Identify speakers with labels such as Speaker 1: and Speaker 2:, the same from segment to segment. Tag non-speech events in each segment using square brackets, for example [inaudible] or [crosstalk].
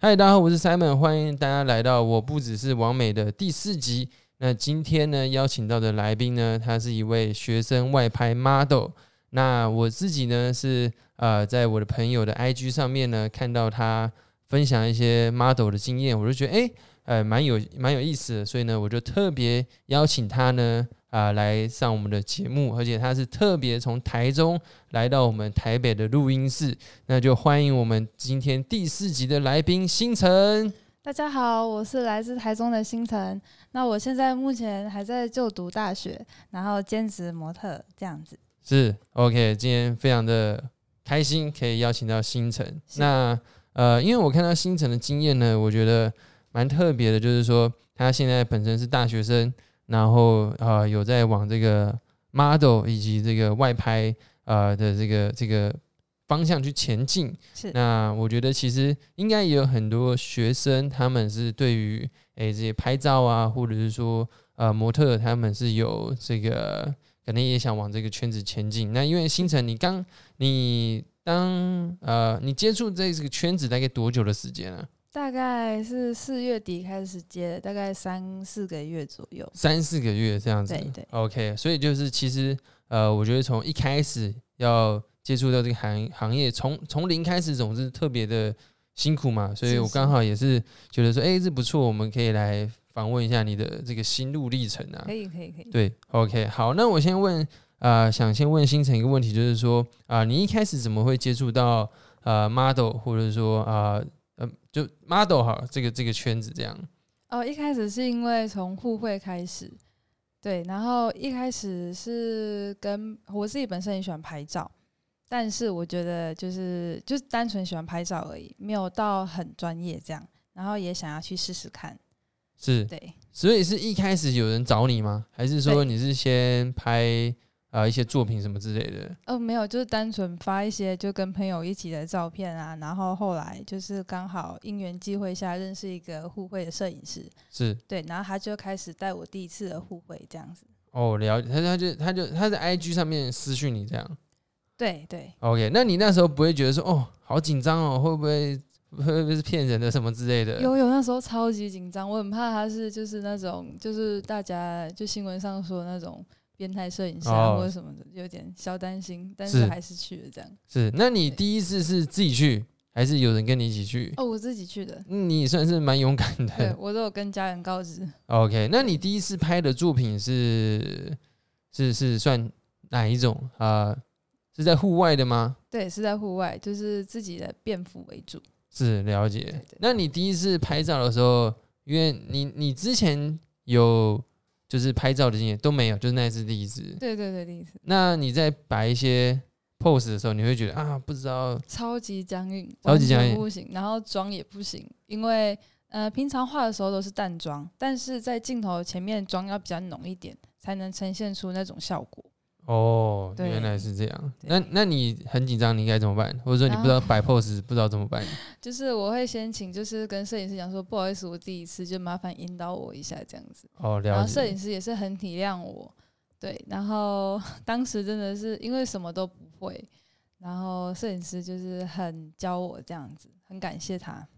Speaker 1: 嗨，大家好，我是 Simon，欢迎大家来到《我不只是完美》的第四集。那今天呢，邀请到的来宾呢，他是一位学生外拍 model。那我自己呢，是呃，在我的朋友的 IG 上面呢，看到他分享一些 model 的经验，我就觉得诶，呃，蛮有蛮有意思的，所以呢，我就特别邀请他呢，啊、来上我们的节目，而且他是特别从台中来到我们台北的录音室，那就欢迎我们今天第四集的来宾星辰。
Speaker 2: 大家好，我是来自台中的星辰。那我现在目前还在就读大学，然后兼职模特这样子。
Speaker 1: 是 OK，今天非常的开心，可以邀请到星辰。
Speaker 2: 是
Speaker 1: 那呃，因为我看到星辰的经验呢，我觉得蛮特别的，就是说他现在本身是大学生，然后呃有在往这个 model 以及这个外拍呃的这个这个方向去前进。
Speaker 2: 是
Speaker 1: 那我觉得其实应该也有很多学生，他们是对于诶、这些拍照啊，或者是说呃模特，他们是有这个可能也想往这个圈子前进。那因为星辰，你刚你当呃你接触这个圈子大概多久的时间啊？
Speaker 2: 大概是四月底开始接，大概三四个月左右。
Speaker 1: 三四个月这样子。
Speaker 2: 对对
Speaker 1: OK，所以就是其实呃，我觉得从一开始要接触到这个行行业，从从零开始总是特别的辛苦嘛，所以
Speaker 2: 是
Speaker 1: 我刚好也是觉得说，哎、这不错，我们可以来访问一下你的这个心路历程啊。
Speaker 2: 以，可以，可以。
Speaker 1: 对，OK，好，那我先问，呃，想先问星辰一个问题，就是说，啊、你一开始怎么会接触到呃 model，或者说啊，呃，呃就 model 哈，这个这个圈子这样？
Speaker 2: 哦，一开始是因为从互惠开始，对，然后一开始是跟我自己本身也喜欢拍照，但是我觉得就是就是单纯喜欢拍照而已，没有到很专业这样，然后也想要去试试看，
Speaker 1: 是，
Speaker 2: 对。
Speaker 1: 所以是一开始有人找你吗？还是说
Speaker 2: 对
Speaker 1: 你是先拍啊、呃一些作品什么之类的？
Speaker 2: 哦，没有，就是单纯发一些就跟朋友一起的照片啊，然后后来就是刚好因缘际会下认识一个互惠的摄影师，
Speaker 1: 是
Speaker 2: 对，然后他就开始带我第一次的互惠这样子，
Speaker 1: 哦，了解，他他就他就他在 IG 上面私讯你这样。
Speaker 2: 对对，
Speaker 1: OK，那你那时候不会觉得说哦，好紧张哦，会不会会不会是骗人的什么之类的？
Speaker 2: 有有那时候超级紧张，我很怕他是就是那种就是大家就新闻上说那种变态摄影师啊、
Speaker 1: 哦
Speaker 2: 或者什么的，有点小担心，但是
Speaker 1: 是
Speaker 2: 还是去了这样。
Speaker 1: 是，那你
Speaker 2: 对
Speaker 1: 第一次是自己去，还是有人跟你一起去？
Speaker 2: 哦，我自己
Speaker 1: [laughs]
Speaker 2: 去的，
Speaker 1: 嗯你也算是蛮勇敢
Speaker 2: 对
Speaker 1: 的。
Speaker 2: 我都有跟家人告知。
Speaker 1: OK，那你第一次拍的作品是是是算哪一种啊、是在户外的吗？
Speaker 2: 对，是在户外，就是自己的便服为主。
Speaker 1: 是了解。
Speaker 2: 对对
Speaker 1: 那你第一次拍照的时候，因为你你之前有就是拍照的经验都没有，就是那一次第一次。
Speaker 2: 对对对，第一次。
Speaker 1: 那你在摆一些 pose 的时候，你会觉得啊，不知道
Speaker 2: 超级僵硬，
Speaker 1: 超级僵硬
Speaker 2: 完全不行，然后妆也不行，因为呃平常画的时候都是淡妆，但是在镜头前面妆要比较浓一点，才能呈现出那种效果。
Speaker 1: 哦，
Speaker 2: 对
Speaker 1: 原来是这样。
Speaker 2: 对啊
Speaker 1: 那那你很紧张，你应该怎么办？或者说你不知道摆 pose 不知道怎么办？
Speaker 2: 就是我会先请，就是跟摄影师讲说，不好意思，我第一次，就麻烦引导我一下这样子。
Speaker 1: 哦，
Speaker 2: 然
Speaker 1: 了
Speaker 2: 后摄影
Speaker 1: 解。
Speaker 2: 师也是很体谅我，对。然后当时真的是因为什么都不会，然后摄影师就是很教我这样子，很感谢他。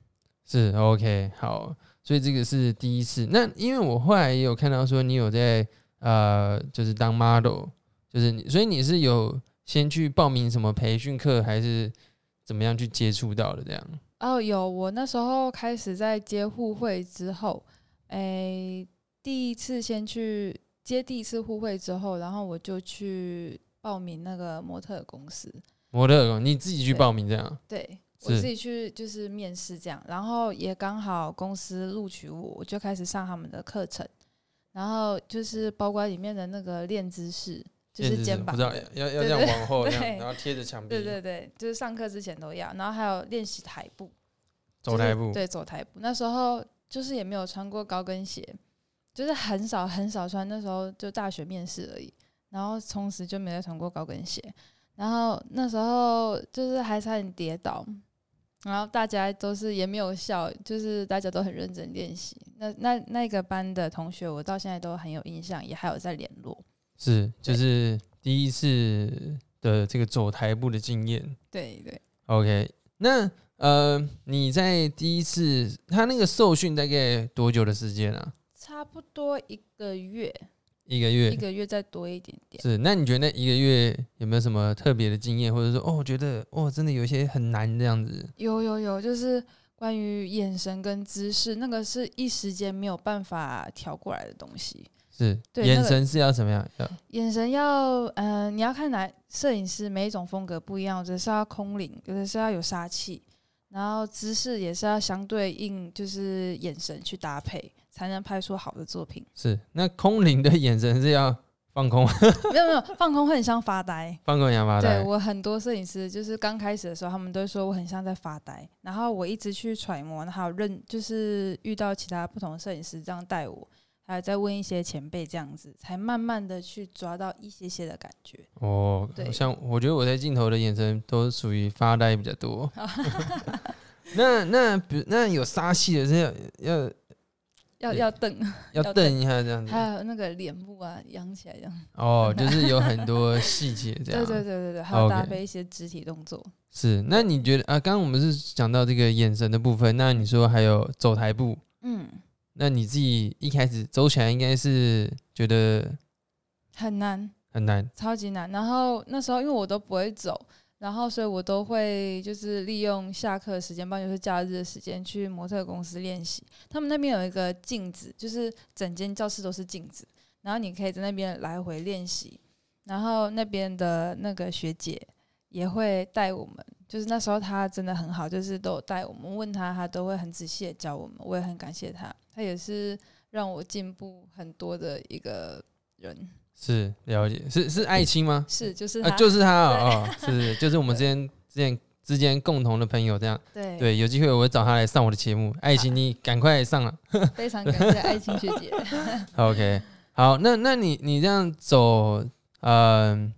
Speaker 1: 是 OK，好，所以这个是第一次。那因为我后来也有看到说你有在呃，就是当 model，就是你，所以你是有先去报名什么培训课，还是怎么样去接触到的这样？
Speaker 2: 哦，有，我那时候开始在接互惠之后，诶，第一次先去接第一次互惠之后，然后我就去报名那个模特儿公司，
Speaker 1: 模特儿你自己去
Speaker 2: 对
Speaker 1: 报名这样？
Speaker 2: 对我
Speaker 1: 是
Speaker 2: 自己去就是面试这样，然后也刚好公司录取我，我就开始上他们的课程，然后就是包括里面的那个练姿势，就
Speaker 1: 电
Speaker 2: 是
Speaker 1: 子
Speaker 2: 肩
Speaker 1: 纸
Speaker 2: 膀
Speaker 1: 不知道
Speaker 2: 的
Speaker 1: 要要要这
Speaker 2: 对
Speaker 1: 样
Speaker 2: 对
Speaker 1: 往
Speaker 2: [laughs]
Speaker 1: 后这样，
Speaker 2: 对
Speaker 1: 然后贴着墙壁。
Speaker 2: 对对对，就是上课之前都要，然后还有练习台步，
Speaker 1: 走台步，
Speaker 2: 对，走台步。那时候就是也没有穿过高跟鞋，就是很少很少穿。那时候就大学面试而已，然后从此就没再穿过高跟鞋。然后那时候就是还差点跌倒，然后大家都是也没有笑，就是大家都很认真练习。那那那个班的同学，我到现在都很有印象，也还有在联络。
Speaker 1: 是就
Speaker 2: 对
Speaker 1: 是第一次的这个走台步的经验。
Speaker 2: 对对，
Speaker 1: OK，那呃，你在第一次他那个受训大概多久的时间啊？
Speaker 2: 差不多一个月，
Speaker 1: 一个月
Speaker 2: 一，个月再多一点点。
Speaker 1: 是，那你觉得那一个月有没有什么特别的经验，或者说哦，觉得哦，真的有一些很难这样子？
Speaker 2: 有有有，就是关于眼神跟姿势，那个是一时间没有办法调过来的东西。
Speaker 1: 是，
Speaker 2: 对
Speaker 1: 眼
Speaker 2: 那个
Speaker 1: 神是要怎么样？要
Speaker 2: 眼神要，嗯、你要看哪摄影师每一种风格不一样，有的是要空灵，有的是要有杀气，然后姿势也是要相对应，就是眼神去搭配，才能拍出好的作品。
Speaker 1: 是，那空灵的眼神是要放空，
Speaker 2: 没有没有，放空会很像发呆。
Speaker 1: [laughs] 放空哑巴
Speaker 2: 对
Speaker 1: 的。
Speaker 2: 我很多摄影师，就是刚开始的时候，他们都说我很像在发呆，然后我一直去揣摩，然后认就是遇到其他不同的摄影师这样带我，还有再问一些前辈这样子，才慢慢的去抓到一些些的感觉。 [laughs]
Speaker 1: 哦，
Speaker 2: 对
Speaker 1: 像我觉得我在镜头的眼神都属于发呆比较多。那那比如那有杀气的是要要
Speaker 2: 要
Speaker 1: 对嗯要
Speaker 2: 要瞪，要
Speaker 1: 瞪一下这样子
Speaker 2: 还有那个脸部啊扬起来这样。 [laughs]
Speaker 1: 哦，就是有很多细节这
Speaker 2: 对
Speaker 1: 样。
Speaker 2: 对对对对，还
Speaker 1: 啊
Speaker 2: 有
Speaker 1: OK
Speaker 2: 搭配一些肢体动作。
Speaker 1: 是，那你觉得啊？刚刚我们是讲到这个眼神的部分，那你说还有走台步，
Speaker 2: 嗯，
Speaker 1: 那你自己一开始走起来应该是觉得
Speaker 2: 很难，
Speaker 1: 很难，
Speaker 2: 超级难。然后那时候因为我都不会走，然后所以我都会就是利用下课的时间，不然就是假日的时间去模特公司练习。他们那边有一个镜子，就是整间教室都是镜子，然后你可以在那边来回练习。然后那边的那个学姐也会带我们，就是那时候她真的很好，就是都有带我们，问她她都会很仔细的教我们，我也很感谢她，她也是让我进步很多的一个人。
Speaker 1: 是了解，是是爱青吗？
Speaker 2: 是，就是
Speaker 1: 啊，
Speaker 2: 她
Speaker 1: 就是他哦，哦是 [laughs] 就是我们之间之间之间共同的朋友这样。
Speaker 2: 对
Speaker 1: 对，有机会我会找他来上我的节目，爱情你赶快上了。
Speaker 2: 非常感谢爱情学姐。
Speaker 1: OK，好，那那你你这样走，嗯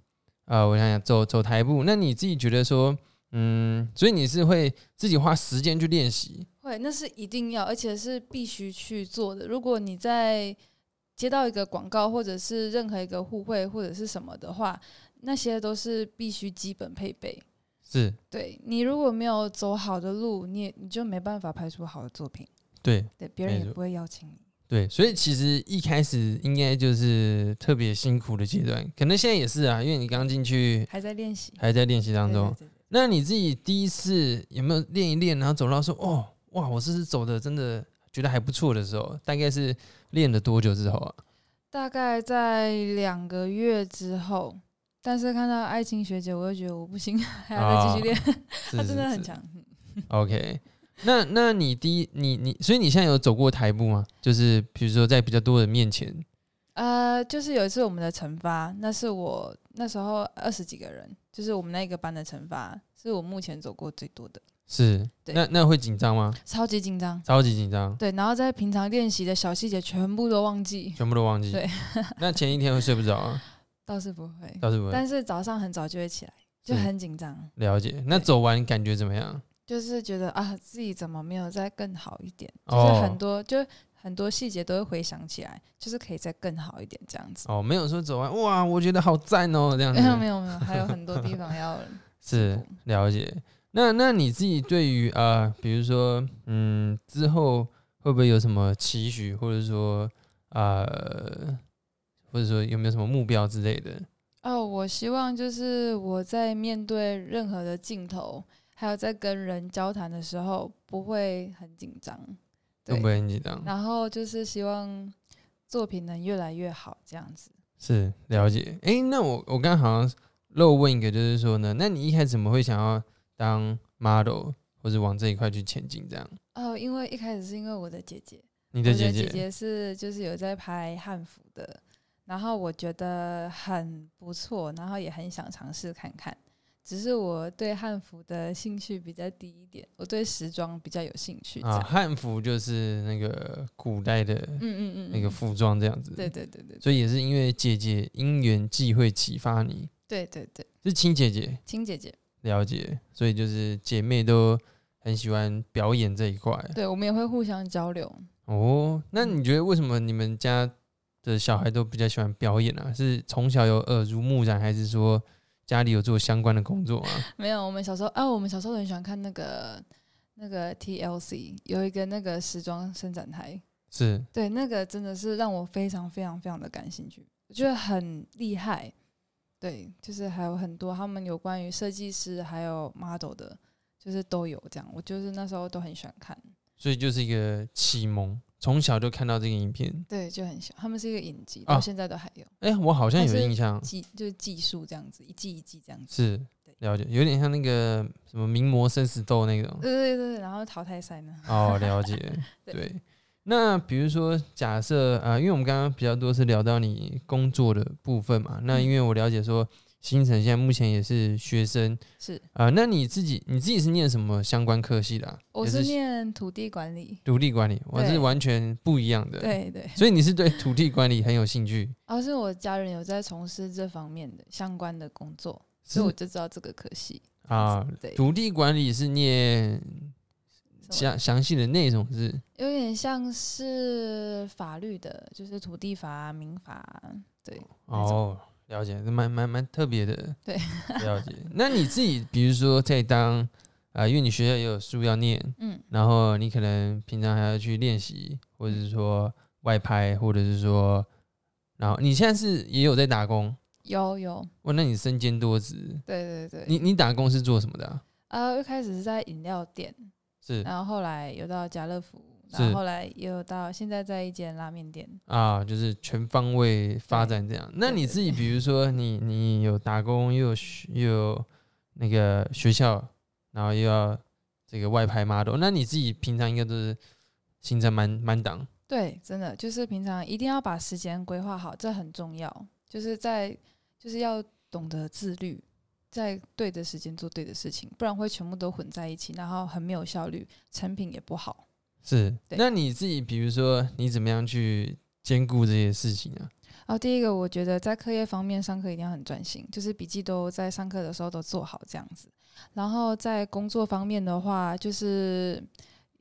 Speaker 1: 呃我想想，走走台步，那你自己觉得说，嗯，所以你是会自己花时间去练习，
Speaker 2: [laughs] 会，那是一定要，而且是必须去做的。如果你在接到一个广告，或者是任何一个互惠或者是什么的话，那些都是必须基本配备。
Speaker 1: 是
Speaker 2: 对你如果没有走好的路，你也你就没办法拍出好的作品，
Speaker 1: 对
Speaker 2: 对别人
Speaker 1: 没
Speaker 2: 也
Speaker 1: 错
Speaker 2: 不会邀请你。
Speaker 1: 对，所以其实一开始应该就是特别辛苦的阶段，可能现在也是啊，因为你刚进去
Speaker 2: 还在练习
Speaker 1: 还在练习当
Speaker 2: 对对
Speaker 1: 中，
Speaker 2: 对对
Speaker 1: 那你自己第一次有没有练一练，然后走到说哦哇，我这次走的真的觉得还不错的时候，大概是练了多久之后啊？
Speaker 2: 大概在两个月之后，但是看到爱情学姐，我就觉得我不行，还要再继续练。 [laughs]
Speaker 1: 是
Speaker 2: 她真的
Speaker 1: 是
Speaker 2: 很
Speaker 1: 是
Speaker 2: 强。
Speaker 1: OK，那那你第一你你，所以你现在有走过台步吗？就是比如说在比较多人面前，
Speaker 2: 呃，就是有一次我们的惩罚，那是我那时候二十几个人，就是我们那一个班的惩罚，是我目前走过最多的，
Speaker 1: 是
Speaker 2: 对
Speaker 1: 那那会紧张吗？
Speaker 2: 超级紧张。
Speaker 1: 超级紧张，
Speaker 2: 对，然后在平常练习的小细节全部都忘记，
Speaker 1: 全部都忘记。
Speaker 2: 对，
Speaker 1: 那前一天会睡不着啊，
Speaker 2: 倒是不会，
Speaker 1: 倒是不会
Speaker 2: 但是早上很早就会起来，就是很紧张，
Speaker 1: 了解。那
Speaker 2: 对
Speaker 1: 走完感觉怎么样？
Speaker 2: 就是觉得啊自己怎么没有再更好一点，就
Speaker 1: 哦
Speaker 2: 是很多、就很多细节都会回想起来，就是可以再更好一点这样子。
Speaker 1: 哦，没有说走完哇，我觉得好赞哦，这样子。
Speaker 2: [laughs] 没有没有没有，还有很多地方要
Speaker 1: [laughs] 是
Speaker 2: 进步
Speaker 1: 了解。那那你自己对于呃，比如说嗯，之后会不会有什么期许，或者说呃，或者说有没有什么目标之类的？
Speaker 2: 哦，我希望就是我在面对任何的镜头，还有在跟人交谈的时候，不会很紧张。
Speaker 1: 会
Speaker 2: 对，
Speaker 1: 不会很紧张？
Speaker 2: 然后就是希望作品能越来越好，这样子。
Speaker 1: 是了解。诶，那我我刚刚好像漏问一个，就是说呢，那你一开始怎么会想要当 model，或者往这一块去前进？这样，
Speaker 2: 哦，因为一开始是因为我的姐姐，
Speaker 1: 你
Speaker 2: 我
Speaker 1: 的
Speaker 2: 的
Speaker 1: 姐
Speaker 2: 姐
Speaker 1: 姐
Speaker 2: 是就是有在拍汉服的，然后我觉得很不错，然后也很想尝试看看，只是我对汉服的兴趣比较低一点，我对时装比较有兴趣。这
Speaker 1: 啊，
Speaker 2: 样，
Speaker 1: 汉服就是那个古代的
Speaker 2: 嗯嗯嗯，
Speaker 1: 那个
Speaker 2: 嗯
Speaker 1: 服装这样子。
Speaker 2: 对对对对
Speaker 1: 所以也是因为姐姐因缘际会启发你，
Speaker 2: 对对对，
Speaker 1: 是亲姐姐
Speaker 2: 亲姐姐，
Speaker 1: 了解，所以就是姐妹都很喜欢表演这一块。
Speaker 2: 对我们也会互相交流。
Speaker 1: 哦，那
Speaker 2: 嗯
Speaker 1: 你觉得为什么你们家的小孩都比较喜欢表演啊？是从小有耳濡目染，还是说家里有做相关的工
Speaker 2: [laughs]
Speaker 1: 作啊？
Speaker 2: 没有，我们小时候啊，我们小时候很喜欢看那个那个 TLC，有一个那个时装伸展台，
Speaker 1: 是
Speaker 2: 对，那个真的是让我非常非常非常的感兴趣，我觉得很厉害。对，就是还有很多他们有关于设计师还有 model 的，就是都有这样。我就是那时候都很喜欢看，
Speaker 1: 所以就是一个启蒙，从小就看到这个影片。
Speaker 2: 对，就很喜欢。他们是一个影集，
Speaker 1: 啊
Speaker 2: 到现在都还有
Speaker 1: 哎、我好像
Speaker 2: 它
Speaker 1: 有
Speaker 2: 是
Speaker 1: 印象，
Speaker 2: 技，就是技术这样子，一季一季这样子。
Speaker 1: 是
Speaker 2: 对
Speaker 1: 了解，有点像那个什么名模生死斗那种。
Speaker 2: 对对对，然后淘汰赛呢？
Speaker 1: 哦，了解。
Speaker 2: 呃 [laughs] 对
Speaker 1: 对，那比如说假设啊、呃因为我们刚刚比较多是聊到你工作的部分嘛，那
Speaker 2: 嗯
Speaker 1: 因为我了解说新城现在目前也是学生
Speaker 2: 是，
Speaker 1: 啊、呃那你自己你自己是念什么相关科系的、啊？
Speaker 2: 我
Speaker 1: 也
Speaker 2: 是念土地管理。
Speaker 1: 土地管理，我是
Speaker 2: 对
Speaker 1: 完全不一样的。，
Speaker 2: 对对，
Speaker 1: 所以你是对土地管理很有兴趣，
Speaker 2: 而、是我家人有在从事这方面的相关的工作，
Speaker 1: 是
Speaker 2: 所以我就知道这个可惜
Speaker 1: 啊。
Speaker 2: 对，
Speaker 1: 土地管理是念
Speaker 2: 什么
Speaker 1: 详详细的内容是
Speaker 2: 有点像是法律的，就是土地法啊、民法啊，对，那种
Speaker 1: 哦，了解，蛮蛮蛮特别的。
Speaker 2: 对，
Speaker 1: 了解。那你自己，比如说在当啊、呃因为你学校也有书要念，
Speaker 2: 嗯，
Speaker 1: 然后你可能平常还要去练习，或者是说外拍，或者是说，然后你现在是也有在打工，
Speaker 2: 有有，
Speaker 1: 哇，那你身兼多职。
Speaker 2: 对对对。
Speaker 1: 你你打工是做什么的啊、
Speaker 2: 呃，一开始是在饮料店，
Speaker 1: 是
Speaker 2: 然后后来有到家乐福，
Speaker 1: 是
Speaker 2: 然后后来也有到现在在一间拉面店。
Speaker 1: 啊，就是全方位发展这样。那
Speaker 2: 对
Speaker 1: 你
Speaker 2: 对
Speaker 1: 自己，
Speaker 2: 对
Speaker 1: 比如说你你有打工，又有学又有那个学校，然后又要这个外拍 model，那你自己平常应该都是行程满满档
Speaker 2: 对，真的就是平常一定要把时间规划好，这很重要。就是在就是要懂得自律，在对的时间做对的事情，不然会全部都混在一起，然后很没有效率，成品也不好。
Speaker 1: 是。
Speaker 2: 对
Speaker 1: 那你自己，比如说你怎么样去兼顾这些事情啊？
Speaker 2: 然后第一个，我觉得在课业方面上课一定要很专心，就是笔记都在上课的时候都做好这样子。然后在工作方面的话，就是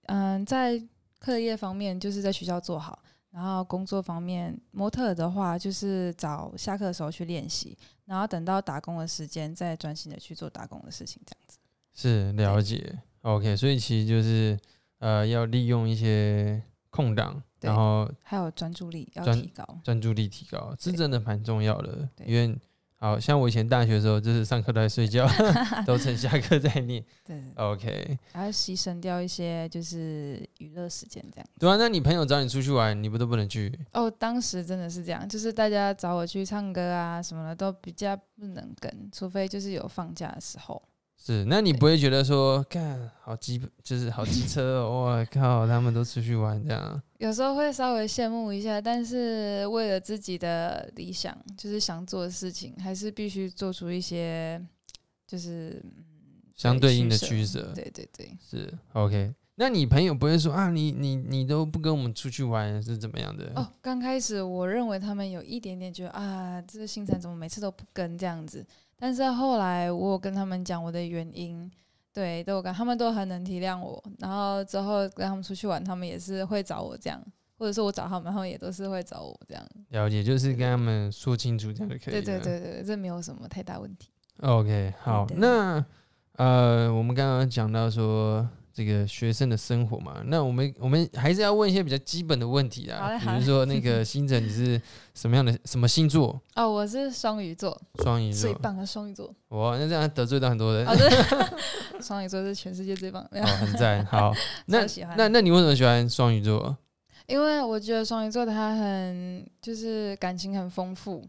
Speaker 2: 嗯，在课业方面就是在学校做好，然后工作方面，模特儿的话就是早下课的时候去练习，然后等到打工的时间再专心的去做打工的事情，这样子。
Speaker 1: 是了解，OK，所以其实就是呃，要利用一些空档，
Speaker 2: 对
Speaker 1: 然后
Speaker 2: 还有专注力要
Speaker 1: 专
Speaker 2: 提高，
Speaker 1: 专注力提高，这
Speaker 2: 对
Speaker 1: 真的蛮重要的。
Speaker 2: 对
Speaker 1: 因为好像我以前大学的时候，就是上课都在睡
Speaker 2: [laughs]
Speaker 1: 觉，都趁下课在念。
Speaker 2: 对，对对
Speaker 1: OK，
Speaker 2: 还要牺牲掉一些就是娱乐时间这样。
Speaker 1: 对啊，那你朋友找你出去玩，你不都不能去？
Speaker 2: 哦，当时真的是这样，就是大家找我去唱歌啊什么的都比较不能跟，除非就是有放假的时候。
Speaker 1: 是，那你
Speaker 2: 对
Speaker 1: 不会觉得说，干好机，就是好机车哦， [laughs] 我靠，他们都出去玩这样。
Speaker 2: 有时候会稍微羡慕一下，但是为了自己的理想，就是想做的事情，还是必须做出一些，就是嗯
Speaker 1: 相对应的取
Speaker 2: 取
Speaker 1: 舍
Speaker 2: 对对对，
Speaker 1: 是 OK，那你朋友不会说啊，你你你都不跟我们出去玩是怎么样的？
Speaker 2: 哦，刚开始我认为他们有一点点觉得啊，这个行程怎么每次都不跟这样子，但是后来我有跟他们讲我的原因，对，都有跟他们都很能体谅我，然后之后跟他们出去玩，他们也是会找我这样，或者是我找他们，他们也都是会找我这样，
Speaker 1: 了解，就是跟他们说清楚这样就可以
Speaker 2: 对
Speaker 1: 了。
Speaker 2: 对对对，这没有什么太大问题。
Speaker 1: OK，好，
Speaker 2: 的
Speaker 1: 那呃，我们刚刚讲到说这个学生的生活嘛，那我们我们还是要问一些比较基本的问题
Speaker 2: 好嘞
Speaker 1: 啊，比
Speaker 2: 好
Speaker 1: 如
Speaker 2: 嘞
Speaker 1: 说那
Speaker 2: [laughs]
Speaker 1: 个星辰你是什么样的什么星座？
Speaker 2: 哦，我是双鱼座，
Speaker 1: 双鱼
Speaker 2: 最
Speaker 1: 座。
Speaker 2: 棒的双鱼座，
Speaker 1: 哇，那这样得罪到很多人，
Speaker 2: 哦对， [laughs] 双鱼座是全世界最棒，没
Speaker 1: [laughs]
Speaker 2: 有
Speaker 1: 哦，很赞。
Speaker 2: [laughs]
Speaker 1: 好，那
Speaker 2: 超喜欢
Speaker 1: 那那你为什么喜欢双鱼座？
Speaker 2: 因为我觉得双鱼座他很就是感情很丰富，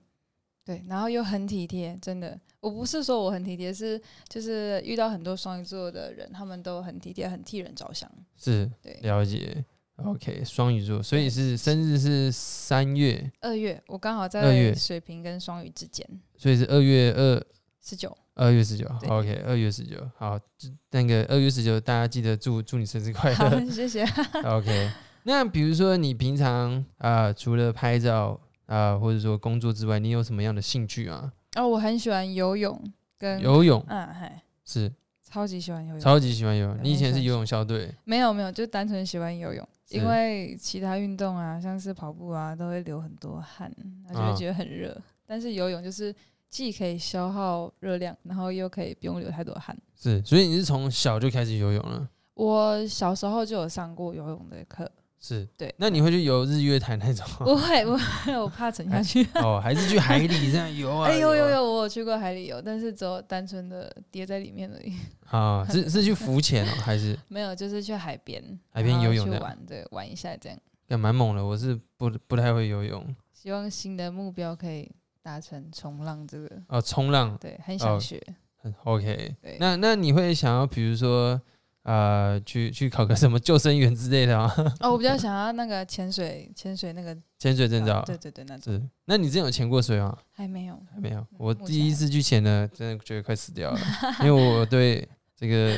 Speaker 2: 对，然后又很体贴，真的。我不是说我很体贴，是就是遇到很多双鱼座的人，他们都很体贴，很替人着想。
Speaker 1: 是
Speaker 2: 对，
Speaker 1: 了解。OK，双鱼座，所以是生日是三月，
Speaker 2: 二月我刚好
Speaker 1: 二月
Speaker 2: 在水瓶跟双鱼之间，
Speaker 1: 所以是二月二
Speaker 2: 十九，
Speaker 1: 二月十九
Speaker 2: 对
Speaker 1: ，OK，二月十九，好，就那个二月十九，大家记得祝祝你生日快 [laughs]
Speaker 2: 好
Speaker 1: 乐，
Speaker 2: 谢谢。 [laughs]
Speaker 1: [laughs] OK，那比如说你平常啊、呃除了拍照啊、呃或者说工作之外，你有什么样的兴趣啊？
Speaker 2: 哦，我很喜欢游泳跟，
Speaker 1: 游泳
Speaker 2: 嗯，嗨，
Speaker 1: 是
Speaker 2: 超级喜欢游泳。
Speaker 1: 超级喜欢游泳，
Speaker 2: 对
Speaker 1: 你以前
Speaker 2: 很喜
Speaker 1: 是游
Speaker 2: 欢
Speaker 1: 泳校队，
Speaker 2: 没有没有，就单纯喜欢游泳，
Speaker 1: 是
Speaker 2: 因为其他运动啊，像是跑步啊，都会流很多汗，然后
Speaker 1: 啊
Speaker 2: 就会觉得很热。但是游泳就是既可以消耗热量，然后又可以不用流太多汗。
Speaker 1: 是，所以你是从小就开始游泳了，
Speaker 2: 我小时候就有上过游泳的课，哦
Speaker 1: 是
Speaker 2: 对
Speaker 1: 那你会去游日月潭那种？
Speaker 2: 不会不会，我 [laughs] 怕沉下去。
Speaker 1: 哦，还是去海里这样游啊？
Speaker 2: [laughs] 哎有
Speaker 1: 游
Speaker 2: 有
Speaker 1: 啊
Speaker 2: 有，我有去过海里游，但是只有单纯的跌在里面而已， [laughs]
Speaker 1: 啊，是是去浮潜哦，还是
Speaker 2: 没有就是去海边
Speaker 1: 海边
Speaker 2: 然后
Speaker 1: 游泳
Speaker 2: 去
Speaker 1: 的
Speaker 2: 玩，对，玩一下这样。
Speaker 1: 也蛮猛的，我是不不太会游泳
Speaker 2: 希望新的目标可以达成冲浪这个，
Speaker 1: 哦，冲浪
Speaker 2: 对，很
Speaker 1: 哦
Speaker 2: 想学。
Speaker 1: 很 OK
Speaker 2: 对。
Speaker 1: 那那你会想要比如说呃，去去考个什么救生员之类的啊？
Speaker 2: 哦，我比较想要那个潜水，潜水那个
Speaker 1: 潜水证照
Speaker 2: 啊对对对，那种
Speaker 1: 是，那你之前有潜过水吗？
Speaker 2: 还没有。
Speaker 1: 还没有，我
Speaker 2: 嗯目
Speaker 1: 第一
Speaker 2: 前
Speaker 1: 次去潜呢，真的觉得快死
Speaker 2: [laughs]
Speaker 1: 掉了，因为我对这个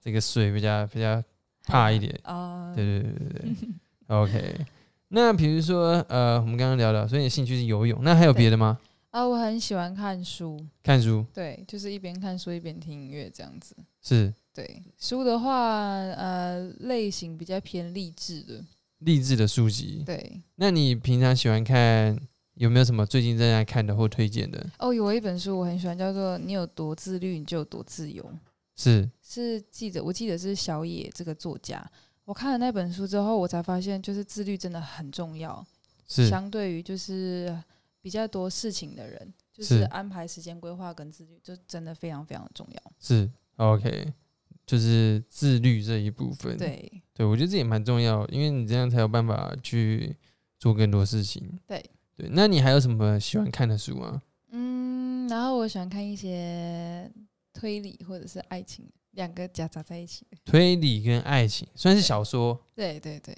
Speaker 1: 这个水比较比较怕一点。
Speaker 2: 啊，
Speaker 1: 对对对对对
Speaker 2: 嗯
Speaker 1: ，OK。那比如说呃，我们刚刚聊到，所以你的兴趣是游泳，那还有别的吗？
Speaker 2: 啊，我很喜欢看书，
Speaker 1: 看书
Speaker 2: 对，就是一边看书一边听音乐这样子。
Speaker 1: 是
Speaker 2: 对，书的话，呃，类型比较偏励志的，
Speaker 1: 励志的书籍。
Speaker 2: 对。
Speaker 1: 那你平常喜欢看有没有什么最近正在看的或推荐的？
Speaker 2: 哦，有一本书我很喜欢，叫做《你有多自律，你就有多自由》。
Speaker 1: 是
Speaker 2: 是记得我记得是小野这个作家。我看了那本书之后，我才发现就是自律真的很重要，
Speaker 1: 是
Speaker 2: 相对于就是比较多事情的人，就是
Speaker 1: 是
Speaker 2: 安排时间规划跟自律，就真的非常非常重要。
Speaker 1: 是 OK，就是自律这一部分。
Speaker 2: 对
Speaker 1: 对，我觉得这也蛮重要，因为你这样才有办法去做更多事情。
Speaker 2: 对
Speaker 1: 对，那你还有什么喜欢看的书吗？
Speaker 2: 嗯，然后我喜欢看一些推理或者是爱情，两个夹杂在一起的。
Speaker 1: 推理跟爱情，虽然是小说，
Speaker 2: 对对对，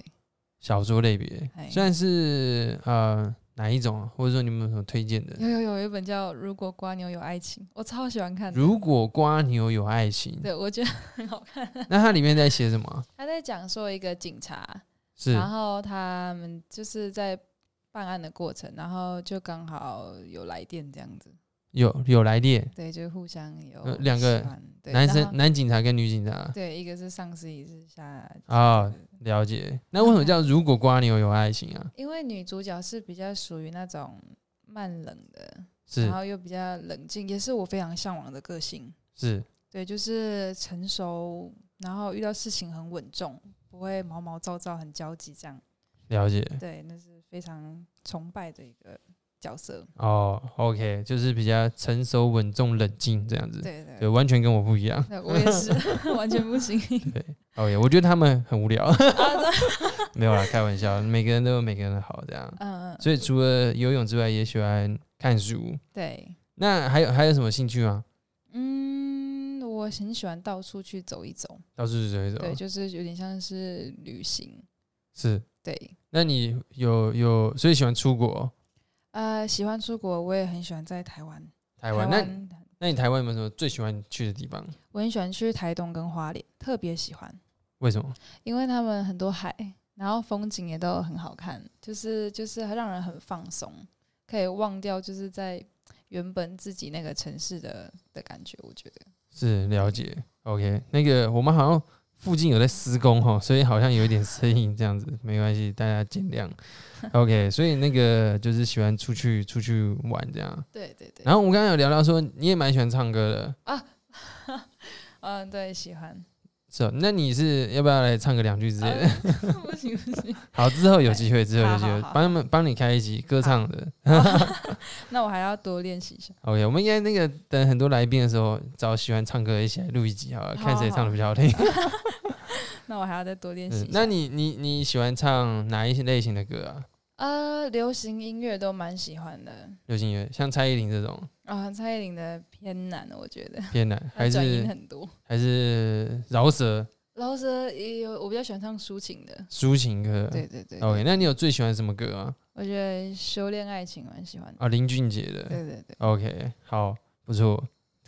Speaker 1: 小说类别，
Speaker 2: 哎
Speaker 1: 虽然是呃哪一种啊，或者说你们有什么推荐的？
Speaker 2: 有有有有一本叫《如果瓜牛有爱情》，我超喜欢看的。
Speaker 1: 如果瓜牛有爱情，
Speaker 2: 对，我觉得很好看。 [laughs]
Speaker 1: 那它里面在写什么啊？
Speaker 2: 他在讲说一个警察，
Speaker 1: 是
Speaker 2: 然后他们就是在办案的过程，然后就刚好有来电这样子，
Speaker 1: 有有来电，
Speaker 2: 对，就互相有
Speaker 1: 呃两个
Speaker 2: 喜欢对
Speaker 1: 男
Speaker 2: 然
Speaker 1: 生
Speaker 2: 后
Speaker 1: 男警察跟女警察
Speaker 2: 对，一个是上司，一个是下，
Speaker 1: 啊，了解。那为什么叫如果瓜牛有爱情啊？
Speaker 2: 因为女主角是比较属于那种慢冷的，
Speaker 1: 是
Speaker 2: 然后又比较冷静，也是我非常向往的个性。
Speaker 1: 是
Speaker 2: 对，就是成熟，然后遇到事情很稳重，不会毛毛躁躁、很焦急这样。
Speaker 1: 了解
Speaker 2: 对，那是非常崇拜的一个角色。
Speaker 1: 哦，OK，就是比较成熟稳重冷静这样子。
Speaker 2: 对对
Speaker 1: 对，完全跟我不一样。
Speaker 2: 那我也是 [laughs] 完全
Speaker 1: [laughs]
Speaker 2: 不行。 [laughs] 啊
Speaker 1: 对，OK，我觉得他们很无聊， [laughs] 没有啦，开玩笑，每个人都有每个人的好，这样。
Speaker 2: 嗯，嗯
Speaker 1: 所以除了游泳之外，也喜欢看书。
Speaker 2: 对，
Speaker 1: 那还有还有什么兴趣吗？
Speaker 2: 嗯，我很喜欢到处去走一走，
Speaker 1: 到处去走一
Speaker 2: 对，
Speaker 1: 走。
Speaker 2: 就是有点像是旅行，
Speaker 1: 是，
Speaker 2: 对，
Speaker 1: 那你有有，所以喜欢出国，
Speaker 2: 呃，喜欢出国，我也很喜欢在台湾，
Speaker 1: 台湾。那那你台湾有没有什么最喜欢去的地方？
Speaker 2: 我很喜欢去台东跟花莲，特别喜欢，
Speaker 1: 为什么？
Speaker 2: 因为他们很多海，然后风景也都很好看，就是就是让人很放松，可以忘掉就是在原本自己那个城市的的感觉，我觉得。
Speaker 1: 是了解。OK，那个我们好像附近有在施工哈，所以好像有一点声音这样子，没关系，大家见
Speaker 2: [laughs]
Speaker 1: 谅。OK，所以那个就是喜欢出去出去玩这样。
Speaker 2: 对对对，
Speaker 1: 然后我们刚刚有聊到说，你也蛮喜欢唱歌的，
Speaker 2: 嗯，对，喜欢。
Speaker 1: 是哦？那你是要不要来唱个两句之类的？
Speaker 2: 嗯 [laughs] 不行不行，
Speaker 1: [laughs] 好，之后有机会，之后有
Speaker 2: 呃好
Speaker 1: 机
Speaker 2: 好
Speaker 1: 会
Speaker 2: 好
Speaker 1: 帮他们帮你开一集歌唱的。
Speaker 2: 那我还要多练习一下。
Speaker 1: OK，我们应该那个等很多来宾的时候，找喜欢唱歌的一起来录一集好了，
Speaker 2: 好
Speaker 1: 看谁
Speaker 2: 好
Speaker 1: 唱的比较好听。
Speaker 2: 那我还要再多练
Speaker 1: 嗯
Speaker 2: 习一下。
Speaker 1: 那你你你喜欢唱哪一些类型的歌啊？
Speaker 2: 呃，流行音乐都蛮喜欢的
Speaker 1: 流行音乐，像蔡依林这种
Speaker 2: 啊、蔡依林的偏难，我觉得
Speaker 1: 偏难，
Speaker 2: 她
Speaker 1: 还
Speaker 2: 转音
Speaker 1: 是
Speaker 2: 很多。
Speaker 1: 还是饶舌
Speaker 2: 然后是也有我比较喜欢唱抒情的，
Speaker 1: 抒情歌。
Speaker 2: 对对对
Speaker 1: 嗯 OK，
Speaker 2: 对
Speaker 1: 那你有最喜欢什么歌啊？
Speaker 2: 我觉得修炼爱情蛮喜欢的。
Speaker 1: 啊，林俊杰的。
Speaker 2: 对对对，
Speaker 1: OK，好，不错。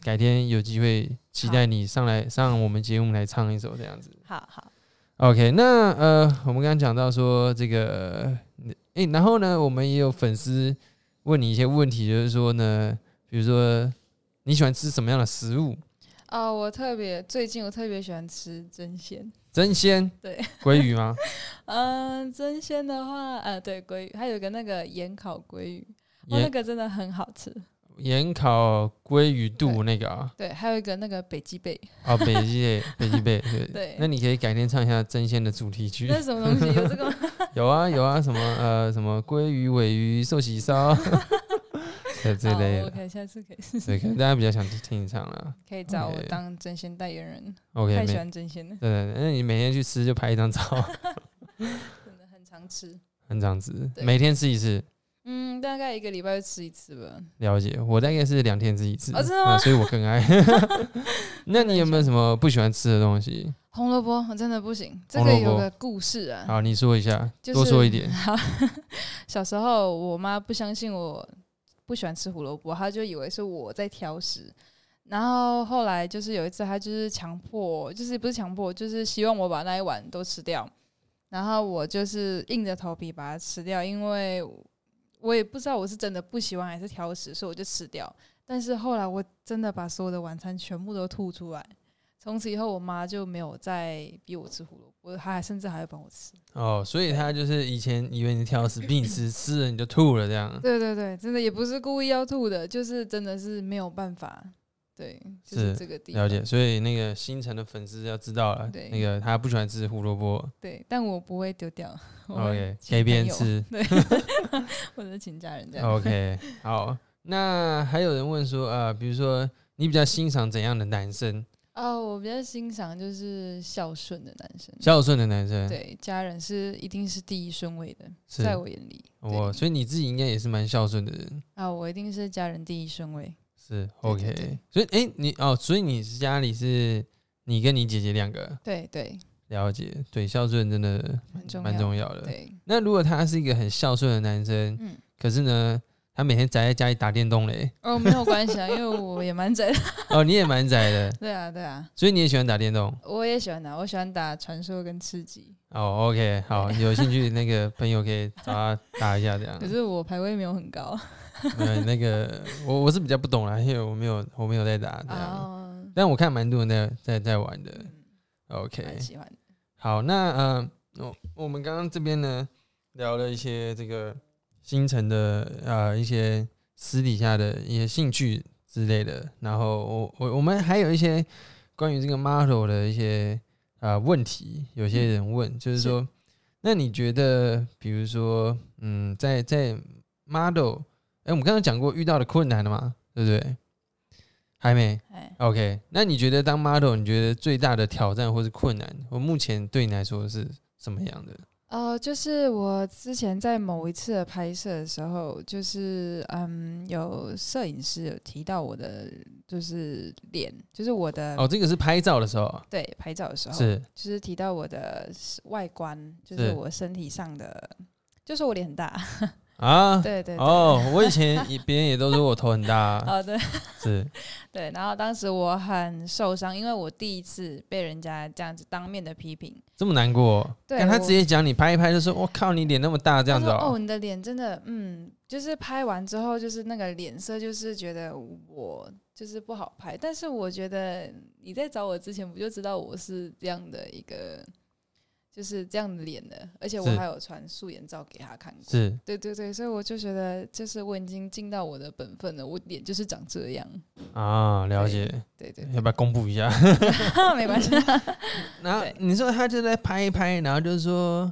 Speaker 1: 改天有机会期待你上来上我们节目来唱一首这样子。
Speaker 2: 好好，
Speaker 1: OK，那呃，我们刚刚讲到说这个，诶，然后呢，我们也有粉丝问你一些问题，就是说呢，比如说你喜欢吃什么样的食物？
Speaker 2: 哦，我特别最近我特别喜欢吃蒸鲜，
Speaker 1: 真鲜
Speaker 2: 对，
Speaker 1: 鲑鱼
Speaker 2: [laughs]
Speaker 1: 吗？
Speaker 2: 嗯，蒸鲜的话，呃，对，鲑鱼，还有一个那个盐烤鲑鱼，哦，那
Speaker 1: 盐
Speaker 2: 个真的很好吃。
Speaker 1: 盐烤鲑鱼肚那个啊，
Speaker 2: 对，还有一个那个北
Speaker 1: [laughs]
Speaker 2: 极贝，
Speaker 1: 哦，北极贝，
Speaker 2: [laughs]
Speaker 1: 北极贝，对。
Speaker 2: 对
Speaker 1: 那你可以改天唱一下真鲜的主题曲
Speaker 2: 那。是什么东西？有这个吗？
Speaker 1: [laughs] 有啊有啊，什么呃什么鲑鱼、尾鱼、寿喜
Speaker 2: [laughs]
Speaker 1: 烧，这这类
Speaker 2: 好
Speaker 1: 的，
Speaker 2: ，OK，下次可以试试
Speaker 1: 对，可能大家比较想听你唱了。
Speaker 2: 可以找我
Speaker 1: OK
Speaker 2: 当真鲜代言人，
Speaker 1: OK，
Speaker 2: 太
Speaker 1: 没
Speaker 2: 喜欢真鲜了，
Speaker 1: [laughs] 对对，对那你每天去吃就拍一张照， [laughs]
Speaker 2: 真的很常吃。
Speaker 1: 很这样子，
Speaker 2: 对
Speaker 1: 每天吃一次。
Speaker 2: 嗯，大概一个礼拜就吃一次吧。
Speaker 1: 了解，我大概是两天吃一次，
Speaker 2: 哦真的
Speaker 1: 那
Speaker 2: 吗
Speaker 1: 所以我更
Speaker 2: [laughs]
Speaker 1: 爱。 [laughs] 那你有没有什么不喜欢吃的东西？
Speaker 2: 红萝卜我真的不行，这
Speaker 1: 红
Speaker 2: 个
Speaker 1: 萝
Speaker 2: 有
Speaker 1: 卜
Speaker 2: 个故事啊。
Speaker 1: 好，你说一下，
Speaker 2: 就是
Speaker 1: 多说一
Speaker 2: [laughs]
Speaker 1: 点。
Speaker 2: 好，小时候我妈不相信我不喜欢吃胡萝卜，她就以为是我在挑食。然后后来就是有一次，她就是强迫，就是不是强迫，就是希望我把那一碗都吃掉。然后我就是硬着头皮把它吃掉，因为我也不知道我是真的不喜欢还是挑食，所以我就吃掉。但是后来我真的把所有的晚餐全部都吐出来。从此以后，我妈就没有再逼我吃胡萝卜，她还甚至还会帮我吃。
Speaker 1: 哦，所以他就是以前以为你挑食，逼你吃，吃了你就吐了这 [laughs] 样。
Speaker 2: 对对对，真的也不是故意要吐的，就是真的是没有办法。对，就是
Speaker 1: 是
Speaker 2: 这个地方。
Speaker 1: 了解，所以那个星辰的粉丝要知道了
Speaker 2: 对，
Speaker 1: 那个他不喜欢吃胡萝卜
Speaker 2: 对，但我不会丢
Speaker 1: [laughs]
Speaker 2: 掉。我会
Speaker 1: ，OK，
Speaker 2: 请
Speaker 1: 给别人
Speaker 2: 朋
Speaker 1: 吃
Speaker 2: 友，对， [laughs] 或者请家人这样。
Speaker 1: ，OK，好。那还有人问说，呃，比如说你比较欣赏怎样的男生？
Speaker 2: 哦，我比较欣赏就是孝顺的男生，
Speaker 1: 孝顺的男生，
Speaker 2: 对家人是一定是第一顺位的，
Speaker 1: 是
Speaker 2: 在我眼里。对
Speaker 1: 我，所以你自己应该也是蛮孝顺的人，
Speaker 2: 啊，我一定是家人第一顺位。
Speaker 1: 是
Speaker 2: 对
Speaker 1: OK
Speaker 2: 对对
Speaker 1: 所以，哎、你哦，所以你是家里是你跟你姐姐两个
Speaker 2: 对对，
Speaker 1: 了解，对，孝顺真的
Speaker 2: 很重要。
Speaker 1: 蛮重要的。
Speaker 2: 对，
Speaker 1: 那如果他是一个很孝顺的男生，
Speaker 2: 嗯，
Speaker 1: 可是呢，他每天宅在家里打电动嘞，
Speaker 2: 哦，没有关系啊，因为我也蛮 [laughs] 宅的。
Speaker 1: [laughs] 哦，你也蛮宅的，
Speaker 2: 对啊，对啊，
Speaker 1: 所以你也喜欢打电动
Speaker 2: 我也喜欢打，我喜欢打传说跟吃鸡。
Speaker 1: 哦。OK，好，有兴趣那个朋友可以找他打一下这样
Speaker 2: 可。是我排位没有很高。
Speaker 1: 嗯，那个我我是比较不懂啦，因为我没有我没有在打这样，
Speaker 2: 哦，
Speaker 1: 但我看蛮多人在在在玩的。OK，
Speaker 2: 嗯蛮喜欢的。
Speaker 1: 好，那呃，我我们刚刚这边呢聊了一些这个星辰的呃一些私底下的一些兴趣之类的，然后我我我们还有一些关于这个 model 的一些呃问题，有些人问、就是
Speaker 2: 是
Speaker 1: 说，那你觉得比如说嗯，在在 model，哎、我们刚刚讲过遇到的困难了嘛，对不对？还没，
Speaker 2: 哎，
Speaker 1: OK，那你觉得当 model，你觉得最大的挑战或是困难，我目前对你来说是什么样的？
Speaker 2: 呃，就是我之前在某一次的拍摄的时候，就是嗯，有摄影师有提到我的就是脸，就是我的、
Speaker 1: 哦，这个是拍照的时候啊，
Speaker 2: 呃对拍照的时候，
Speaker 1: 是
Speaker 2: 就是提到我的外观，就是是我身体上的，就是我脸
Speaker 1: [laughs]
Speaker 2: 很大，
Speaker 1: 啊，
Speaker 2: 对对对，
Speaker 1: 哦， [laughs] 我以前也别人也都说我头很大啊，
Speaker 2: [laughs] 哦对
Speaker 1: 是
Speaker 2: 对，然后当时我很受伤，因为我第一次被人家这样子当面的批评，
Speaker 1: 这么难过哦。
Speaker 2: 对
Speaker 1: 但他
Speaker 2: 我
Speaker 1: 直接讲你拍一拍就说，我靠，你脸那么大这样
Speaker 2: 他
Speaker 1: 子
Speaker 2: 说
Speaker 1: 哦，
Speaker 2: 你的脸真的，嗯，就是拍完之后，就是那个脸色，就是觉得我就是不好拍。但是我觉得你在找我之前，不就知道我是这样的一个，就是这样的脸的，而且我
Speaker 1: 是
Speaker 2: 还有传素颜照给他看过。
Speaker 1: 是
Speaker 2: 对对对，所以我就觉得，就是我已经尽到我的本分了，我脸就是长这样。
Speaker 1: 啊，了解，
Speaker 2: 对对
Speaker 1: 要不要公布一
Speaker 2: [laughs]
Speaker 1: 下？ [laughs]
Speaker 2: 对，没关系。 [laughs]
Speaker 1: 然后
Speaker 2: 对
Speaker 1: 你说他就在拍一拍，然后就是说，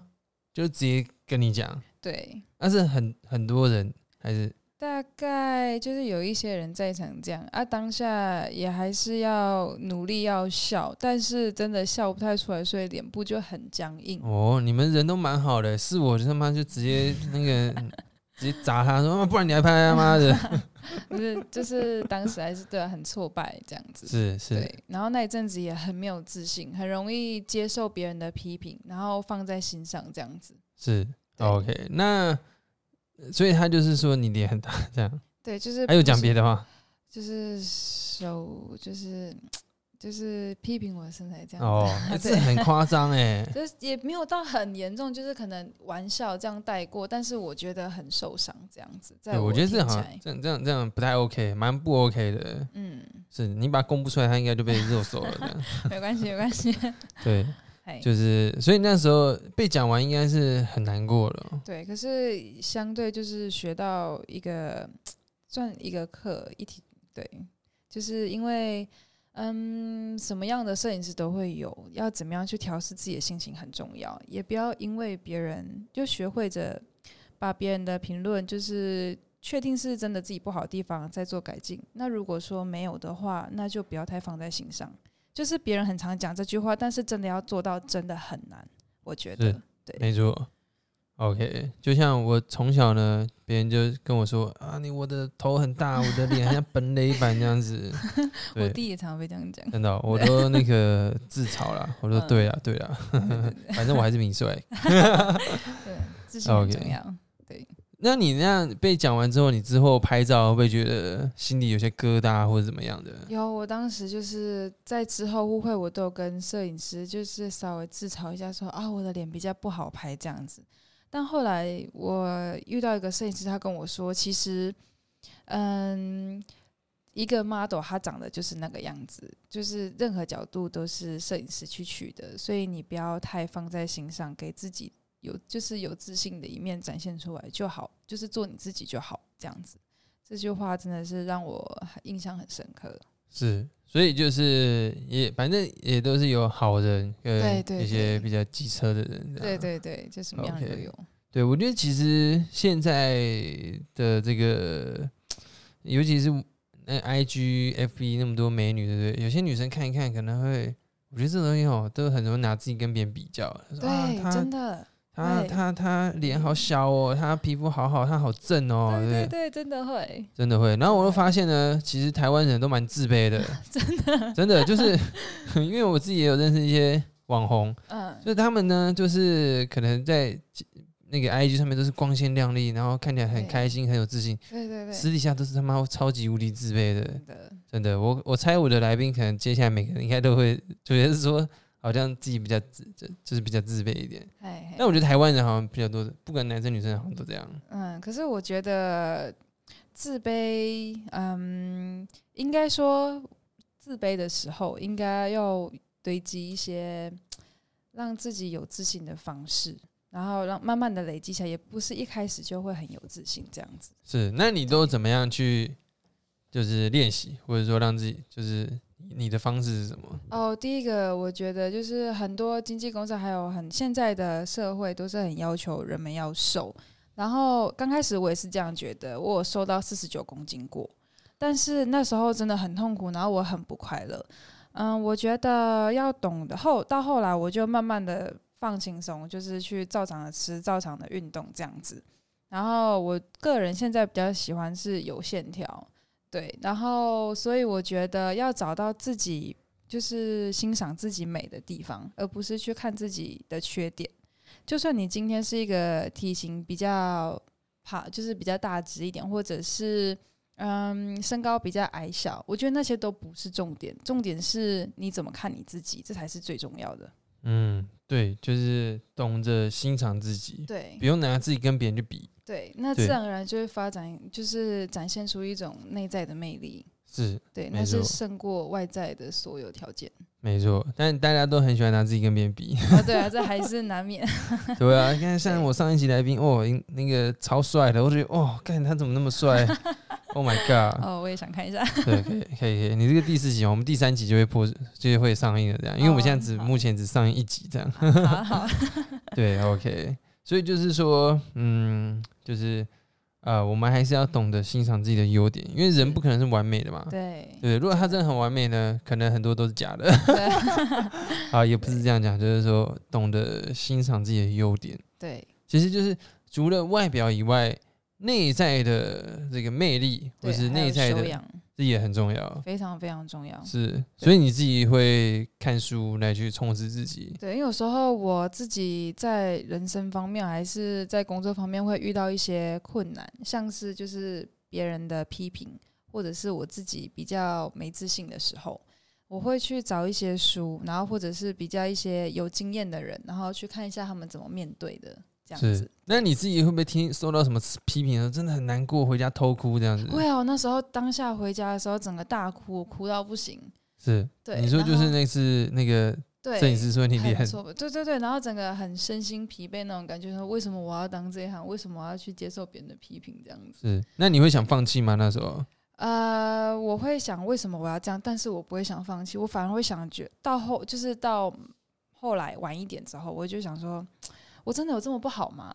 Speaker 1: 就直接跟你讲，
Speaker 2: 对，
Speaker 1: 但是很很多人还是
Speaker 2: 大概就是有一些人在场这样啊，当下也还是要努力要笑，但是真的笑不太出来，所以脸部就很僵硬。 [laughs]
Speaker 1: 哦，你们人都蛮好的，是我就他妈就直接那个直接砸他说，啊不然你还拍他妈
Speaker 2: [laughs]
Speaker 1: 的，
Speaker 2: 就是就是当时还是对啊很挫败这样子。
Speaker 1: 是是
Speaker 2: 对，然后那一阵子也很没有自信，很容易接受别人的批评，然后放在心上这样子。
Speaker 1: 是
Speaker 2: 对
Speaker 1: ，OK，那所以他就是说你脸很大这样，
Speaker 2: 对，就是
Speaker 1: 还有
Speaker 2: 不
Speaker 1: 讲
Speaker 2: 是
Speaker 1: 别的吗？
Speaker 2: 就是手就是就是批评我的身材这样子
Speaker 1: 哦，
Speaker 2: [laughs]
Speaker 1: 欸这很夸张哎，
Speaker 2: 就是也没有到很严重，就是可能玩笑这样带过，但是我觉得很受伤这样子。 [laughs] 在
Speaker 1: 对，我觉得这
Speaker 2: 听
Speaker 1: 好
Speaker 2: 起
Speaker 1: 像
Speaker 2: 来
Speaker 1: 这样这样这样不太 OK，蛮不 OK 的。
Speaker 2: 嗯，
Speaker 1: 是你把它公布出来，他应该就
Speaker 2: [laughs]
Speaker 1: 被肉搜了这样。
Speaker 2: 没关系，没关系。 [laughs]
Speaker 1: 对，
Speaker 2: 哎，
Speaker 1: 就是所以那时候被讲完，应该是很难过了。
Speaker 2: 对，可是相对就是学到一个算一个课一体，对，就是因为嗯，什么样的摄影师都会有，要怎么样去调试自己的心情很重要，也不要因为别人就学会着把别人的评论就是。确定是真的自己不好的地方，再做改进。那如果说没有的话，那就不要太放在心上。就是别人很常讲这句话，但是真的要做到真的很难，我觉
Speaker 1: 是
Speaker 2: 得。
Speaker 1: 没错。OK，就像我从小呢，别人就跟我说啊，你我的头很大，我的脸很像本垒板这样子。
Speaker 2: 我
Speaker 1: 对，
Speaker 2: 弟也常被这样讲。
Speaker 1: 真的哦、我都那个自嘲啦，我说
Speaker 2: 嗯
Speaker 1: 对啦，对啦，反正我还是名帅。 [laughs]
Speaker 2: 对，自信很
Speaker 1: OK
Speaker 2: 重要。
Speaker 1: 那你那样被讲完之后，你之后拍照会不会觉得心里有些疙瘩或者怎么样的？
Speaker 2: 有，我当时就是在之后误会，我都有跟摄影师就是稍微自嘲一下说，啊，我的脸比较不好拍这样子。但后来我遇到一个摄影师，他跟我说，其实，嗯，一个 model 他长得就是那个样子，就是任何角度都是摄影师去取的，所以你不要太放在心上，给自己有就是有自信的一面展现出来就好，就是做你自己就好这样子。这句话真的是让我印象很深刻。
Speaker 1: 是，所以就是也反正也都是有好人
Speaker 2: 对
Speaker 1: 跟
Speaker 2: 对
Speaker 1: 一些
Speaker 2: 对
Speaker 1: 比较机车的人这样。
Speaker 2: 对对对，就什么样的都
Speaker 1: OK
Speaker 2: 有。
Speaker 1: 对，我觉得其实现在的这个，尤其是那 I G F B 那么多美女，对不对？有些女生看一看可能会，我觉得这东西哦，都很容易拿自己跟别人比较。说啊
Speaker 2: 对，
Speaker 1: 她
Speaker 2: 真的，
Speaker 1: 她
Speaker 2: 对
Speaker 1: 她她脸好小哦，她皮肤好好，她好正哦，
Speaker 2: 对
Speaker 1: 不
Speaker 2: 对对，真的会， [laughs]
Speaker 1: 真的会。然后我又
Speaker 2: 对
Speaker 1: 发现呢，其实台湾人都蛮自卑
Speaker 2: [laughs]
Speaker 1: 的，真的，真的就是 [laughs] 因为我自己也有认识一些网红，
Speaker 2: 嗯，
Speaker 1: 就是他们呢，就是可能在那个 IG 上面都是光鲜亮丽，然后看起来很
Speaker 2: 对
Speaker 1: 开心、很有自信，
Speaker 2: 对对对，
Speaker 1: 私底下都是他妈超级无敌自卑的，
Speaker 2: 真的，
Speaker 1: 真的。我我猜我的来宾可能接下来每个人应该都会，主要是说好像自己比较自，就就是比较自卑一点。
Speaker 2: 哎，嘿
Speaker 1: 但我觉得台湾人好像比较多，不管男生女生好像都这样。
Speaker 2: 嗯，可是我觉得自卑，嗯，应该说自卑的时候，应该要堆积一些让自己有自信的方式，然后让慢慢的累积起来，也不是一开始就会很有自信这样子。
Speaker 1: 是，那你都怎么样去就是练习，或者说让自己就是你的方式是什么？
Speaker 2: 哦，第一个我觉得就是很多经纪公司还有很现在的社会都是很要求人们要瘦，然后刚开始我也是这样觉得，我有瘦到四十九公斤过，但是那时候真的很痛苦，然后我很不快乐。嗯，我觉得要懂得后到后来我就慢慢的放轻松，就是去照常的吃，照常的运动这样子。然后我个人现在比较喜欢是有线条，对，然后所以我觉得要找到自己就是欣赏自己美的地方，而不是去看自己的缺点。就算你今天是一个体型比较怕，就是比较大只一点，或者是嗯身高比较矮小，我觉得那些都不是重点，重点是你怎么看你自己，这才是最重要的。
Speaker 1: 嗯，对，就是懂得欣赏自己，
Speaker 2: 对
Speaker 1: 不用拿自己跟别人去比。
Speaker 2: 对，那
Speaker 1: 对
Speaker 2: 自然而然就会发展，就是展现出一种内在的魅力。
Speaker 1: 是，
Speaker 2: 对，
Speaker 1: 没
Speaker 2: 那是
Speaker 1: 错
Speaker 2: 胜过外在的所有条件。
Speaker 1: 没错。但大家都很喜欢拿自己跟别人
Speaker 2: [laughs]
Speaker 1: 比。
Speaker 2: 哦，对啊，这还是难免。 [laughs]
Speaker 1: 对啊，你看像我上一期来宾哦，那个超帅的，我觉得哦，看他怎么那么
Speaker 2: [laughs]
Speaker 1: 帅，Oh my god！
Speaker 2: 哦，我也想看一下。 [laughs]
Speaker 1: 对，可以可以可以，你这个第四集，我们第三集就会播，就会上映了这样，因为我们现在只
Speaker 2: 哦好
Speaker 1: 目前只上映一集这样。
Speaker 2: 好好， [laughs]
Speaker 1: 对，OK，所以就是说，嗯，就是呃，我们还是要懂得欣赏自己的优点，因为人不可能是完美的嘛。
Speaker 2: 对
Speaker 1: 对，如果他真的很完美呢，可能很多都是假的
Speaker 2: 对
Speaker 1: 啊，也不是这样讲，就是说懂得欣赏自己的优点，
Speaker 2: 对 [laughs]
Speaker 1: 其实就是除了外表以外，内在的这个魅力或 [laughs]
Speaker 2: 对，
Speaker 1: 是
Speaker 2: 还有
Speaker 1: 内在
Speaker 2: 修
Speaker 1: 的，
Speaker 2: 养
Speaker 1: 这也很重要。
Speaker 2: 非常非常重要。
Speaker 1: 是，所以你自己会看书来去充实自己，
Speaker 2: 对，因为有时候我自己在人生方面还是在工作方面会遇到一些困难，像是就是别人的批评，或者是我自己比较没自信的时候，我会去找一些书，然后或者是比较一些有经验的人，然后去看一下他们怎么面对的这样子
Speaker 1: 是。，那你自己会不会听受到什么批评的时啊候，真的很难过，回家偷哭这样子？
Speaker 2: 会啊，我那时候当下回家的时候，整个大哭，我哭到不行。
Speaker 1: 是，
Speaker 2: 对
Speaker 1: 你说就
Speaker 2: 然
Speaker 1: 是
Speaker 2: 后
Speaker 1: 那次那个
Speaker 2: 对，
Speaker 1: 摄影师说你
Speaker 2: 很
Speaker 1: 脸
Speaker 2: 错不，对对对，然后整个很身心疲惫那种感觉，说为什么我要当这一行？为什么我要去接受别人的批评这样子？
Speaker 1: 是，那你会想放弃吗？那时候
Speaker 2: 呃，我会想为什么我要这样，但是我不会想放弃，我反而会想觉到后就是到后来晚一点之后，我就想说，我真的有这么不好吗？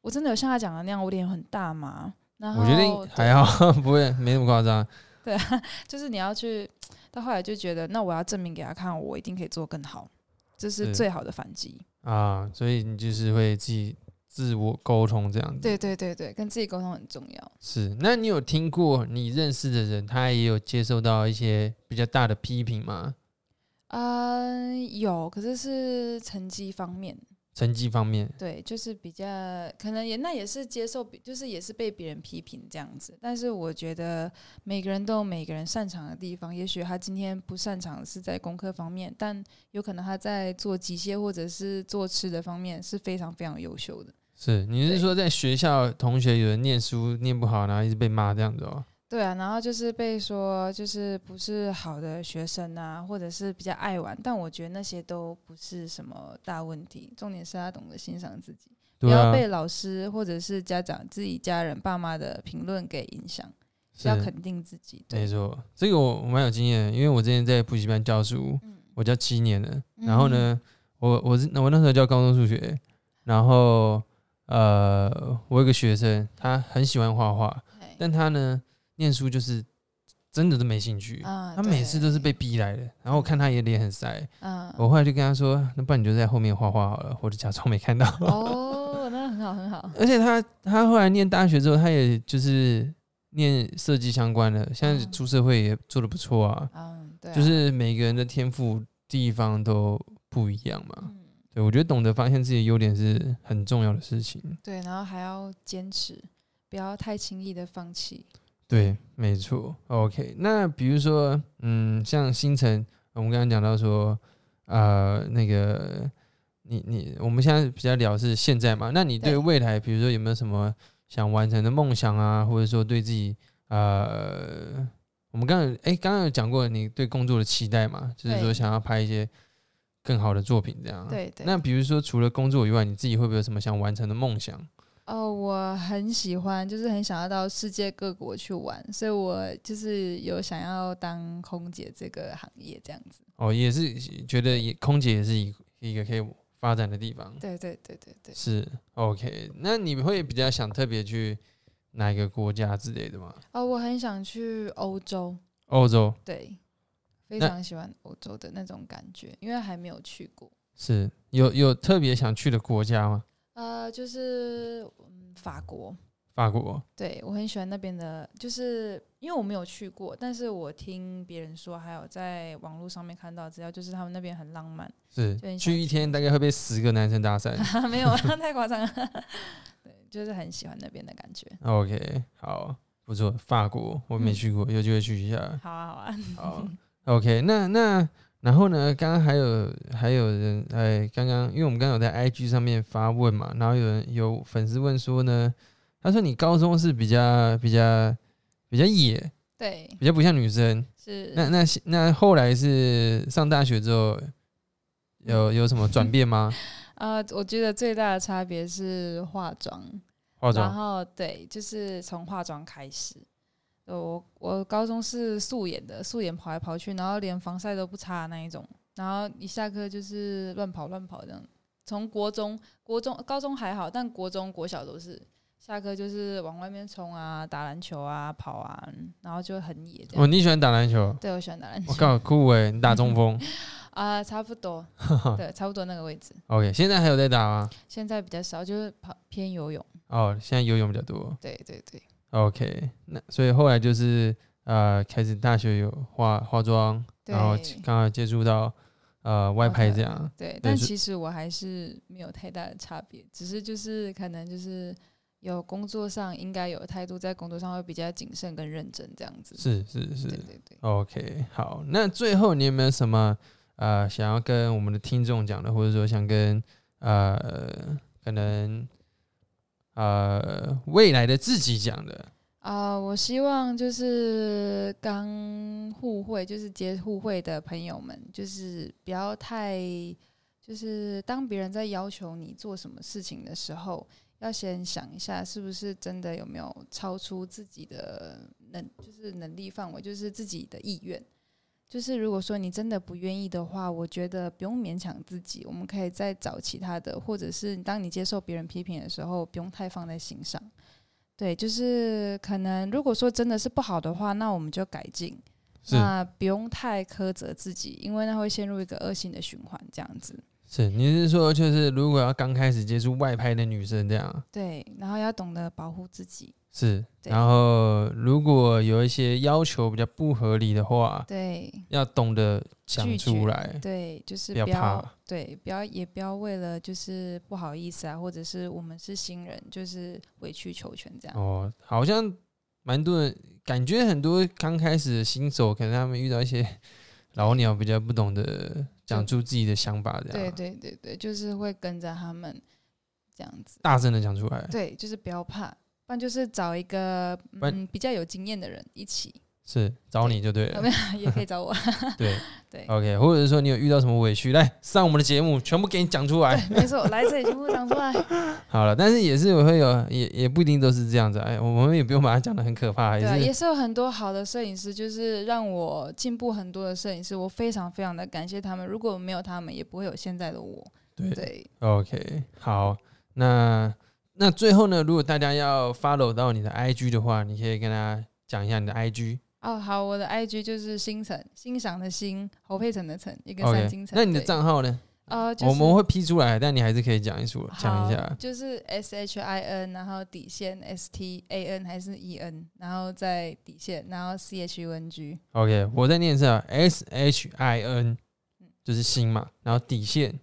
Speaker 2: 我真的有像他讲的那样，我脸很大吗？然后
Speaker 1: 我觉得还好， [laughs] 不会没那么夸张。
Speaker 2: 对啊，就是你要去到后来就觉得，那我要证明给他看，我一定可以做更好，这
Speaker 1: 是
Speaker 2: 是最好的反击。
Speaker 1: 啊，所以你就是会自己自我沟通这样子。
Speaker 2: 对，对对对，跟自己沟通很重要。
Speaker 1: 是。那你有听过你认识的人，他也有接受到一些比较大的批评吗？
Speaker 2: 嗯，有，可是是成绩方面，
Speaker 1: 成绩方面
Speaker 2: 对，就是比较可能也那也是接受比，就是也是被别人批评这样子。但是我觉得每个人都有每个人擅长的地方，也许他今天不擅长是在功课方面，但有可能他在做机械或者是做吃的方面是非常非常优秀的。
Speaker 1: 是，你是
Speaker 2: 对
Speaker 1: 说在学校同学有人念书念不好，然后一直被骂这样子哦？
Speaker 2: 对啊，然后就是被说就是不是好的学生啊，或者是比较爱玩，但我觉得那些都不是什么大问题，重点是他懂得欣赏自己，不
Speaker 1: 对
Speaker 2: 要
Speaker 1: 啊，
Speaker 2: 被老师或者是家长、自己家人、爸妈的评论给影响，
Speaker 1: 是
Speaker 2: 要肯定自己。
Speaker 1: 没
Speaker 2: 对，
Speaker 1: 错，这个我我蛮有经验的，因为我之前在补习班教书，
Speaker 2: 嗯
Speaker 1: 我教七年了。然后呢，我我是我那时候教高中数学，然后呃，我有个学生，他很喜欢画画，
Speaker 2: 嘿
Speaker 1: 但他呢念书就是真的都没兴趣，
Speaker 2: 啊
Speaker 1: 他每次都是被
Speaker 2: 对
Speaker 1: 逼来的。然后我看他也脸很塞，
Speaker 2: 嗯
Speaker 1: 我后来就跟他说，那不然你就在后面画画好了，我就假装没看到。
Speaker 2: 哦，那很好很好，
Speaker 1: [laughs] 而且他他后来念大学之后，他也就是念设计相关的，现在
Speaker 2: 嗯
Speaker 1: 出社会也做的不错啊。
Speaker 2: 嗯，对啊，
Speaker 1: 就是每个人的天赋地方都不一样嘛。
Speaker 2: 嗯
Speaker 1: 对，我觉得懂得发现自己的优点是很重要的事情。
Speaker 2: 对，然后还要坚持，不要太轻易的放弃。
Speaker 1: 对，没错。OK，那比如说，嗯，像星辰，我们刚刚讲到说，呃，那个你你，我们现在比较聊是现在嘛，那你对
Speaker 2: 对
Speaker 1: 未来，比如说有没有什么想完成的梦想啊，或者说对自己，呃，我们刚刚哎，刚刚有讲过你对工作的期待嘛，就是说
Speaker 2: 对
Speaker 1: 想要拍一些更好的作品这样。。
Speaker 2: 对对，
Speaker 1: 嗯那比如说，除了工作以外，你自己会不会有什么想完成的梦想？
Speaker 2: 哦，我很喜欢，就是很想要到世界各国去玩，所以我就是有想要当空姐这个行业这样子。
Speaker 1: 哦，也是觉得也空姐也是一一个可以发展的地方。
Speaker 2: 对对对对对，
Speaker 1: 是 OK，那你会比较想特别去哪一个国家之类的吗？
Speaker 2: 哦，我很想去欧洲，
Speaker 1: 欧洲
Speaker 2: 对，非
Speaker 1: 那
Speaker 2: 常喜欢欧洲的那种感觉，因为还没有去过。
Speaker 1: 是有有特别想去的国家吗？
Speaker 2: 呃，就是嗯，法国，
Speaker 1: 法国
Speaker 2: 对我很喜欢那边的，就是因为我没有去过，但是我听别人说，还有在网络上面看到资料，就是他们那边很浪漫。
Speaker 1: 是
Speaker 2: 就很想
Speaker 1: 去一天大概会被十个男生搭讪。
Speaker 2: [laughs] 没
Speaker 1: [laughs]
Speaker 2: 有啊，太夸张了。对，就是很喜欢那边的感觉。
Speaker 1: OK，好，不错，法国我没
Speaker 2: 嗯
Speaker 1: 去过，有机会去一下。
Speaker 2: 好啊，好啊。 [laughs]
Speaker 1: 好，OK，那那然后呢？刚刚还有还有人哎，刚刚因为我们刚刚有在 IG 上面发问嘛，然后有人有粉丝问说呢，他说你高中是比较比较比较野，
Speaker 2: 对，
Speaker 1: 比较不像女生。
Speaker 2: 是
Speaker 1: 那那那后来是上大学之后
Speaker 2: 嗯
Speaker 1: 有有什么转变吗？
Speaker 2: 呃，我觉得最大的差别是化妆，
Speaker 1: 化
Speaker 2: 然
Speaker 1: 妆
Speaker 2: 后对，就是从化妆开始。呃我我高中是素颜的，素颜跑来跑去，然后连防晒都不擦的那一种，然后一下课就是乱跑乱跑这样。从国中、国中、高中还好，但国中、国小都是下课就是往外面冲啊，打篮球啊，跑啊，然后就很野这样
Speaker 1: 哦，。你喜欢打篮球？
Speaker 2: 对，我喜欢打篮球
Speaker 1: 我。靠，酷哎！你打
Speaker 2: [laughs]
Speaker 1: 中锋
Speaker 2: 啊、差
Speaker 1: [laughs]
Speaker 2: 不多，对，差不多那个位置。
Speaker 1: ，OK，现在还有在打吗？
Speaker 2: 现在比较少，就是跑偏游泳。
Speaker 1: 哦，现在游泳比较多。
Speaker 2: 对对对，
Speaker 1: OK，那所以后来就是呃，开始大学有化化妆，
Speaker 2: 对
Speaker 1: 然后刚好接触到呃外拍这样。
Speaker 2: 对，但
Speaker 1: 是
Speaker 2: 其实我还是没有太大的差别，只是就是可能就是有工作上应该有的态度，在工作上会比较谨慎跟认真这样子。
Speaker 1: 是是是
Speaker 2: 对对对。
Speaker 1: ，OK，好，那最后你有没有什么呃想要跟我们的听众讲的，或者说想跟呃可能呃未来的自己讲的？
Speaker 2: 啊、我希望就是刚互惠，就是接互惠的朋友们，就是不要太，就是当别人在要求你做什么事情的时候，要先想一下是不是真的有没有超出自己的能，就是能力范围，就是自己的意愿。就是如果说你真的不愿意的话，我觉得不用勉强自己，我们可以再找其他的，或者是当你接受别人批评的时候，不用太放在心上。对，就是可能如果说真的是不好的话，那我们就改进，
Speaker 1: 是
Speaker 2: 那不用太苛责自己，因为那会陷入一个恶性的循环，这样子。
Speaker 1: 是，你是说就是如果要刚开始接触外拍的女生这样？
Speaker 2: 对，然后要懂得保护自己。
Speaker 1: 是，
Speaker 2: 对
Speaker 1: 然后如果有一些要求比较不合理的话，
Speaker 2: 对
Speaker 1: 要懂得讲
Speaker 2: 拒
Speaker 1: 出
Speaker 2: 绝
Speaker 1: 来。
Speaker 2: 对，就是
Speaker 1: 不要
Speaker 2: 不
Speaker 1: 怕
Speaker 2: 要对，不要也不要为了就是不好意思啊，或者是我们是新人，就是委曲求全这样。
Speaker 1: 哦，好像蛮多人感觉很多刚开始的新手，可能他们遇到一些老鸟比较不懂得讲出自己的想法，这
Speaker 2: 对
Speaker 1: 样
Speaker 2: 对对对，就是会跟着他们这样子。
Speaker 1: 大声的讲出来。
Speaker 2: 对，就是不要怕，不然就是找一个
Speaker 1: 然
Speaker 2: 嗯比较有经验的人一起， [laughs]
Speaker 1: 是找你就对了
Speaker 2: 没，有也可以找我。啊
Speaker 1: 对
Speaker 2: 对
Speaker 1: OK，或者是说你有遇到什么委屈，来上我们的节目，全部给你讲出来。
Speaker 2: 没错，我来这里全部讲出来。
Speaker 1: 好了，但是也是会有，也也不一定都是这样子。哎，我们也不用把它讲的很可怕，
Speaker 2: 对啊，
Speaker 1: 也
Speaker 2: 也
Speaker 1: 是
Speaker 2: 是有很多好的摄影师，就是让我进步很多的摄影师，我非常非常的感谢他们。如果没有他们，也不会有现在的我。
Speaker 1: 对
Speaker 2: 对，
Speaker 1: OK。好，那那最后呢，如果大家要 follow 到你的 IG 的话，你可以跟大家讲一下你的 IG。
Speaker 2: 哦，好，我的 IG 就是星辰，欣赏的欣，侯佩岑的岑，一个三
Speaker 1: OK，
Speaker 2: 金城。
Speaker 1: 那你的
Speaker 2: 对
Speaker 1: 账号呢？
Speaker 2: 呃，就
Speaker 1: 我
Speaker 2: 是
Speaker 1: 们会 P 出来，但你还是可以讲一出讲一
Speaker 2: 好
Speaker 1: 下。
Speaker 2: 就是 S H I N，然后底线 S T A N 还是 E N，然后再底线，然后 C H U N G。
Speaker 1: OK，我再念一下，S H I
Speaker 2: 嗯
Speaker 1: N 就是心嘛，然后底线，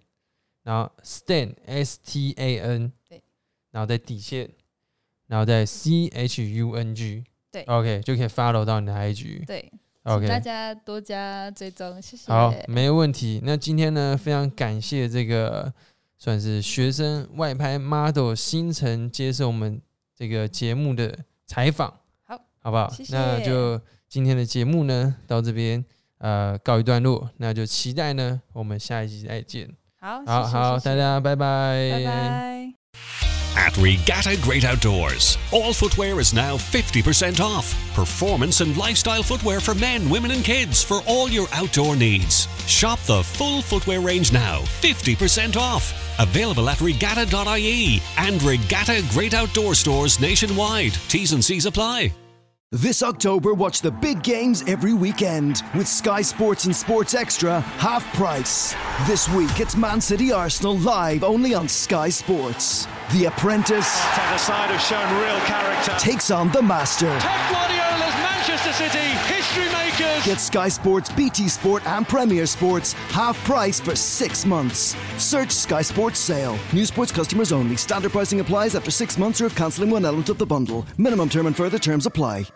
Speaker 1: 然后 stan S T A N，
Speaker 2: 对，
Speaker 1: 然后再底线，然后再 C H U N G，
Speaker 2: 对
Speaker 1: ，OK 就可以 follow 到你的 IG，
Speaker 2: 对，请大
Speaker 1: ，OK，
Speaker 2: 家多加追踪，谢谢。
Speaker 1: 好，没问题。那今天呢，非常感谢这个算是学生外拍 model 星辰接受我们这个节目的采访，
Speaker 2: 好，
Speaker 1: 好不好？
Speaker 2: 谢谢
Speaker 1: 那就今天的节目呢，到这边呃告一段落，那就期待呢我们下一集再见。
Speaker 2: 好，谢
Speaker 1: 好
Speaker 2: 谢
Speaker 1: 好，
Speaker 2: 谢
Speaker 1: 大
Speaker 2: 谢
Speaker 1: 家拜拜，
Speaker 2: 拜拜。
Speaker 3: At Regatta Great Outdoors, all footwear is now 50% off. Performance and lifestyle footwear for men, women, and kids for all your outdoor needs. Shop the full footwear range now, 50% off. Available at regatta.ie E and Regatta Great Outdoor stores nationwide. T's and C's apply.
Speaker 4: This October, watch the big games every weekend with Sky Sports and Sports Extra half price. This week, it's Man City Arsenal live only on Sky Sports. The Apprentice
Speaker 5: The side have shown real character.
Speaker 4: takes on the Master.
Speaker 5: Pep Guardiola's Manchester City history makers.
Speaker 4: Get Sky Sports, BT Sport, and Premier Sports half price for six months. Search Sky Sports Sale. New sports customers only. Standard pricing applies after six months or if cancelling one element of the bundle. Minimum term and further terms apply.